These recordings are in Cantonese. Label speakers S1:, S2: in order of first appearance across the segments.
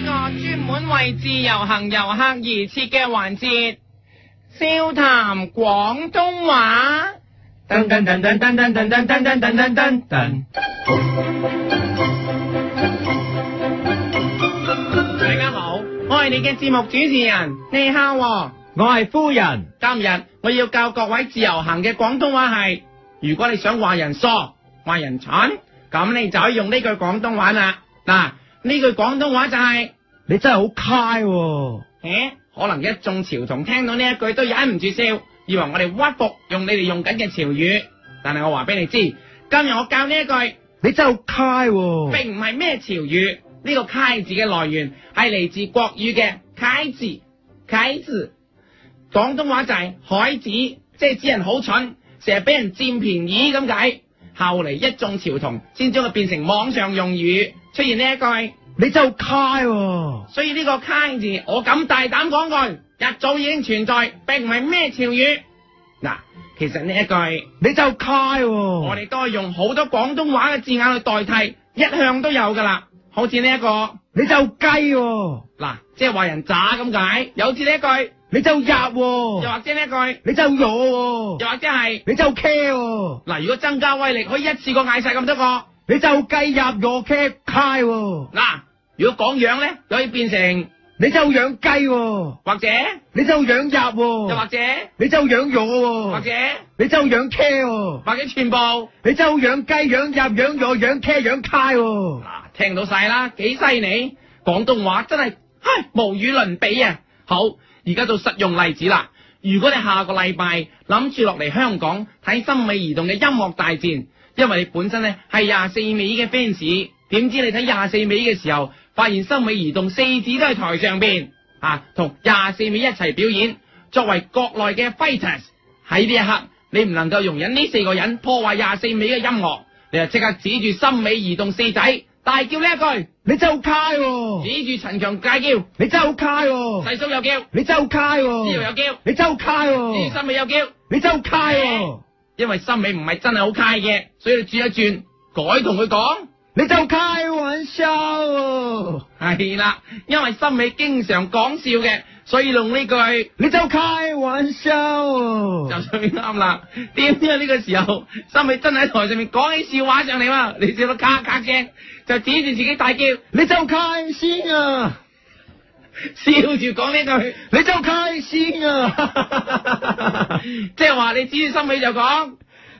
S1: 專門為自由行遊客而設嘅環節，笑談廣東話。
S2: 噔噔噔噔噔噔噔噔噔噔噔噔噔。
S1: 大家好，我係你嘅節目主持人，你好喎。
S2: 我係夫人，
S1: 今日我要教各位自由行嘅廣東話係，如果你想話人傻、話人蠢，咁你就可以用呢句廣東話啦。嗱，呢句廣東話就係、
S2: 你真係好 high 喎！
S1: 咦，可能一眾潮童聽到呢一句都忍唔住笑，以為我哋屈服用你哋用緊嘅潮語。但係我話俾你知，今日我教呢一句
S2: 你真係好 high 喎！
S1: 並唔係咩潮語，呢、個楷字嘅來源係嚟自國語嘅楷字，楷字。廣東話就係海子，即係指人好蠢，成日俾人佔便宜咁解。後嚟一眾潮童先將佢變成網上用語，出現呢一句。
S2: 你真係好 high 喎！
S1: 所以呢個楷字，我敢大膽講句，一早已經存在，並唔係咩潮語。嗱，其實呢一句，
S2: 你真係好 high 喎！
S1: 我哋都係用好多廣東話嘅字眼去代替，一向都有噶啦。好似呢一個，
S2: 你真係好雞喎！
S1: 嗱，即係話人渣咁解；又好似呢一句，
S2: 你真係好
S1: 又或
S2: 入喎！
S1: 者呢一句，
S2: 你真係好裸喎！
S1: 又或者係
S2: 你真係好 care 喎！
S1: 嗱，如果增加威力，可以一次過嗌晒咁多個。
S2: 你真係好雞入我 care high 喎！
S1: 嗱，如果講樣咧，就可以變成
S2: 你真係好養雞喎！
S1: 或者，
S2: 你真係好養入
S1: 又或
S2: 喎！
S1: 者，
S2: 你真係好養裸
S1: 或者
S2: 喎！，你真係好養 care 喎！
S1: 或者全部。
S2: 你真係好養雞、養入、養裸、養 care、養 high 喎！
S1: 嗱，啊聽到晒啦，幾犀利！廣東話真係，唉，無與倫比啊！好，而家做實用例子啦。如果你下個禮拜諗住落嚟香港睇森美移動嘅音樂大戰，因為你本身咧係廿四尾嘅 fans，點知你睇廿四尾嘅時候，發現森美移動四子都喺台上邊啊，同廿四尾一齊表演。作為國內嘅 fighters，喺呢一刻你唔能夠容忍呢四個人破壞廿四尾嘅音樂，你就即刻指住森美移動四仔大叫呢一句，
S2: 你真係好 high 喎！
S1: 指住陳強大叫，細
S2: 你真係好 high 喎！
S1: 叔又叫，呢
S2: 你真係好 high
S1: 度
S2: 喎！
S1: 又叫，
S2: 你真係好 high
S1: 指住
S2: 喎！
S1: 森美又叫，
S2: 你真係好 high 喎！
S1: 因為森美唔係真係好 high 嘅，所以你轉一轉，改同佢講。
S2: 你真係好 high 喎！笑喎！
S1: 係啦，因為森美經常講笑嘅，所以用呢句。
S2: 你真係好 high 玩笑
S1: 就
S2: 喎！
S1: 最啱啦！點知呢個時候，森美真係喺台上面講起笑話上嚟啦，你笑到咔咔聲，就指住自己大叫，
S2: 你真係好 high 先啊！
S1: 笑住講呢句。
S2: 你真係好 high 先啊！
S1: 即係話你指住森美就講，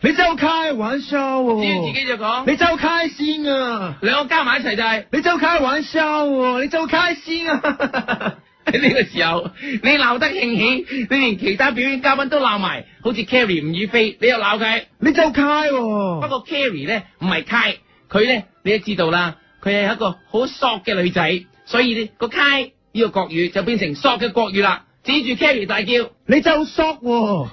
S2: 你真係好 high 玩笑
S1: 指住自
S2: 喎！
S1: 己就講，
S2: 你真係好 high 先啊！
S1: 兩個加埋一齊就係、
S2: 你真係好 high 玩笑喎！你真係好 high 先啊！
S1: 呢個時候，你鬧得興起，你連其他表演嘉賓都鬧埋，好似 Carrie 吳雨霏，你又鬧佢。
S2: 你真係好 high
S1: 不
S2: 喎！
S1: 過 Carrie 咧唔係 Kai，佢咧你都知道啦，佢係一個好索嘅女仔，所以呢個 Kai 呢個國語就變成索嘅國語啦。指住 Carrie 大叫
S2: 你真係好 short 喎！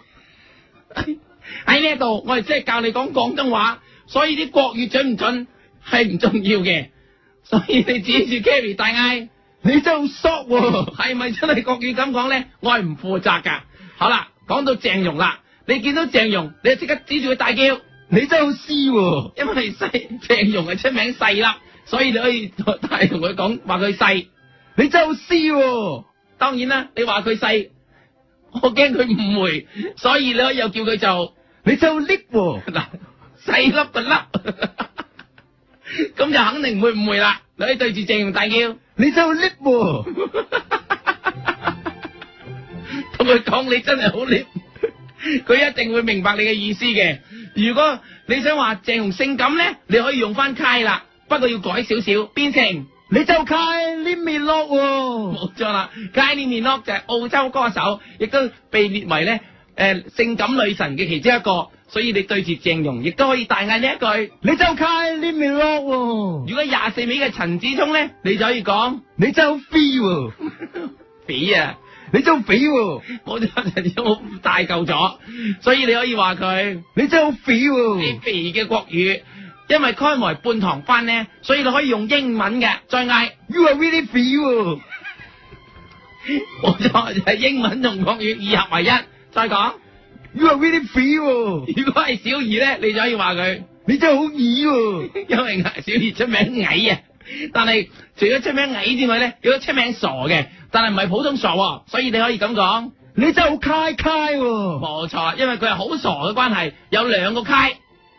S1: 喺哎呢一度，我哋即係教你講廣東話，所以啲國語準唔準係唔重要嘅。所以你指住 Carrie 大嗌，
S2: 你真係好 short 喎！
S1: 係咪真係國語咁講咧？我係唔負責㗎。好啦，講到鄭融啦，你見到鄭融，你就即刻指住佢大叫。
S2: 你真係好斯喎！
S1: 因為細 鄭融係出名細粒，所以你可以 大同佢講話佢細。
S2: 你真係好斯喎！
S1: 當然啦，你話佢細，我驚佢誤會，所以你可以又叫佢做
S2: 你真係好叻喎！
S1: 嗱細粒個粒， 咁就肯定唔會誤會啦。你可以對住鄭融大叫，
S2: 你真係好叻喎！
S1: 同佢講你真係好叻， 佢一定會明白你嘅意思嘅。如果你想話鄭融性感咧，你可以用翻 K 啦，不過要改少少，變成。
S2: 你真係好 high limit 喎！
S1: 冇錯啦 k a n y m i n o g 就係澳洲歌手，亦都被列為咧誒、呃性感女神嘅其中一個，所以你對住鄭融亦都可以大嗌呢一句。
S2: 你真係好 high limit 喎！
S1: 如果廿四尾嘅陳子聰咧，你就可以講
S2: 你真係好肥喎！
S1: 肥啊！
S2: 你真係好肥喎！
S1: 我就陳子聰好大嚿咗，所以你可以話佢
S2: 你真係好肥
S1: 你
S2: 喎！
S1: 肥嘅國語，因為開埋半堂班咧，所以你可以用英文嘅再嗌。
S2: You are really 肥喎！
S1: 冇錯，就係英文同國語二合為一。再講，
S2: You are really 肥喎！
S1: 如果係小儀咧，你就可以話佢。
S2: 你真係好耳喎！
S1: 因為小二出名矮啊，但係除咗出名矮之外咧，亦都出名傻嘅，但係唔係普通傻喎，所以你可以咁講，
S2: 你真係好揩揩喎，
S1: 冇錯，因為佢係好傻嘅關係，有兩個階。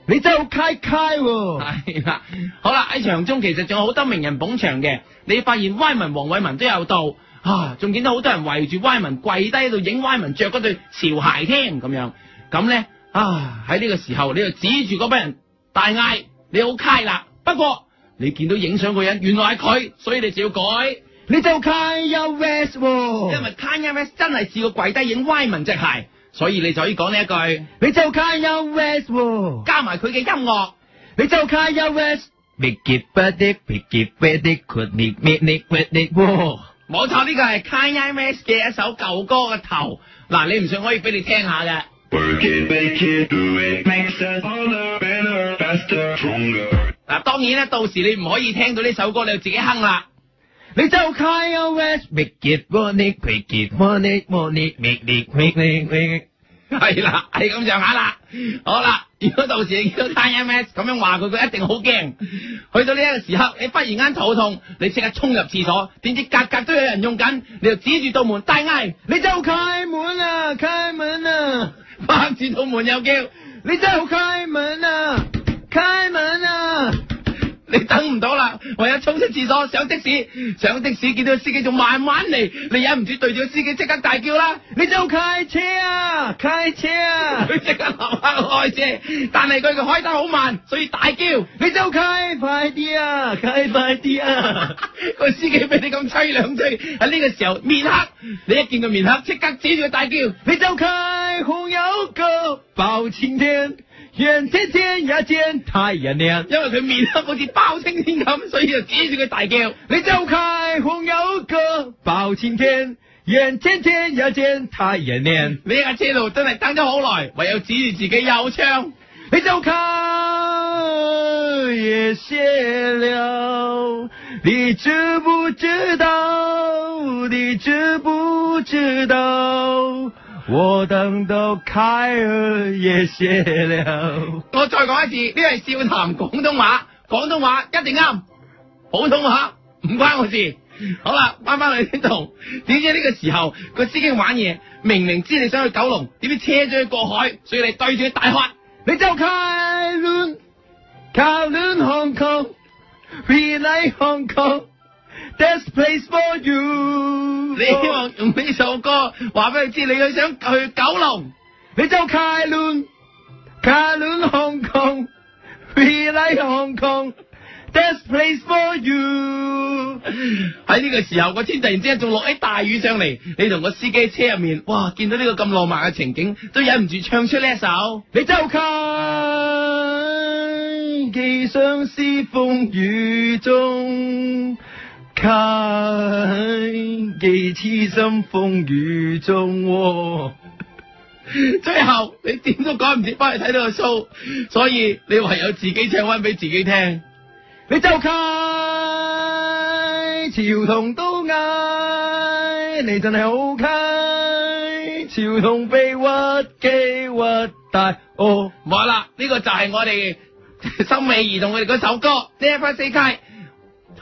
S2: 你真係好揩揩喎，
S1: 系啦，好啦，喺場中其實仲有好多名人捧場嘅，你發現歪文黃偉文都有到啊，仲見到好多人圍住歪文跪低喺度影歪文着嗰對潮鞋添咁樣，咁咧啊喺呢個時候你就指住嗰班人大嗌你好揩啦，不過你見到影相嗰人原來係佢，所以你就要改，
S2: 你真係好揩 y West 喎，
S1: 因為 Kanye West 真係試過跪低影歪文隻鞋，所以你就可以講呢一句，
S2: 你真係好揩 y West 喎，
S1: 加埋佢嘅音樂。
S2: 你真係好揩 y West。Make it better, make it better, could make make make better 喎。
S1: 冇錯，呢個係 Kanye West 嘅一首舊歌嘅頭。嗱，你唔信可以俾你聽下嘅。
S3: Work it, make it, do it, makes us harder, better, faster, stronger.
S1: 嗱，當然咧，到時你唔可以聽到呢首歌，你就自己哼啦。
S2: 你真係好揩 y West。Make it money, make it money, money, make it make make make。
S1: 係啦，係咁上下啦。好啦，如果到時你見到 Kanye West 咁樣話佢，佢一定好驚。去到呢一個時刻，你忽然間肚痛，你即刻衝入廁所，點知格格都有人用緊，你就指住道門大嗌，
S2: 你真係好揩門啊，揩門啊！
S1: 拍住道門又叫。
S2: 你真係好開門啊！開門啊！
S1: 你等唔到啦，唯有衝出廁所上的士，上的士見到司機仲慢慢嚟，你忍唔住對住個司機即刻大叫啦！
S2: 你真係好開車啊！開車啊！
S1: 佢即刻立刻開車，但係佢嘅開得好慢，所以大叫。
S2: 你真係好開快啲啊！開快啲啊！
S1: 個司機俾你咁吹兩吹，喺呢個時候面黑，你一見佢面黑，即刻指住佢大叫。
S2: 你真係好開紅油歌，包青天，願天天也見太陽亮。
S1: 因為佢面黑好似包青天咁，所以就指住佢大叫。
S2: 你真係好開紅油歌，包青天，願天天也見太陽亮。
S1: 你喺架車度真係等咗好耐，唯有指住自己又唱。
S2: 你走開，也謝了。你知不知道？你知不知道？我等到開兒也謝了。
S1: 我再講一次，呢係笑談廣東話，廣東話一定啱，普通話唔關我事。好啦，翻返嚟呢度，點知呢個時候個司機玩嘢，明明知你想去九龍，點知車咗去過海，所以你對住佢大喝。
S2: 你走開亂，靠亂 Hong Kong，We like Hong Kong，That's place for you。
S1: 你希望用呢首歌話俾佢知你去想去九龍，
S2: 你就開亂，開亂 Hong Kong，We like Hong Kong，That's place for you。
S1: 喺呢個時候個天突然之間仲落起大雨上嚟，你同個司機車入面，哇！見到呢個咁浪漫嘅情景，都忍唔住唱出呢一首。
S2: 你就開，寄相思風雨中，開，寄痴心風雨中、哦。
S1: 最後你點都趕唔切翻去睇到個 show，所以你唯有自己唱翻俾自己聽。
S2: 你就契，潮同都嗌，你真係好契，潮同被屈機屈大哦，
S1: 冇啦，呢、個就係我哋心美兒童佢哋嗰首歌《呢一班四街》，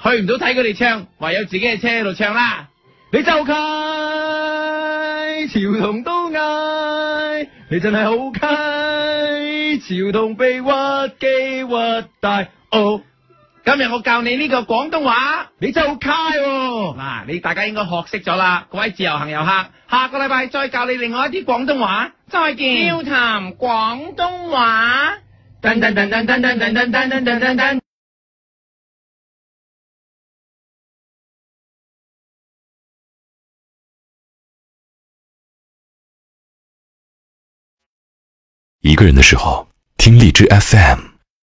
S1: 去唔到睇佢哋唱，唯有自己喺車度唱啦。
S2: 你就契，潮同都嗌，你真係好契，潮同被屈機屈大哦，
S1: 今日我教你呢個廣東話，
S2: 你真係好契喎、
S1: 嗱，你大家應該學識咗啦。各位自由行遊客，下個禮拜再教你另外一啲廣東話，再見。笑談廣東話。
S2: 噔噔噔噔噔噔噔噔噔噔噔噔。
S4: 一个人的时候，听荔枝 FM。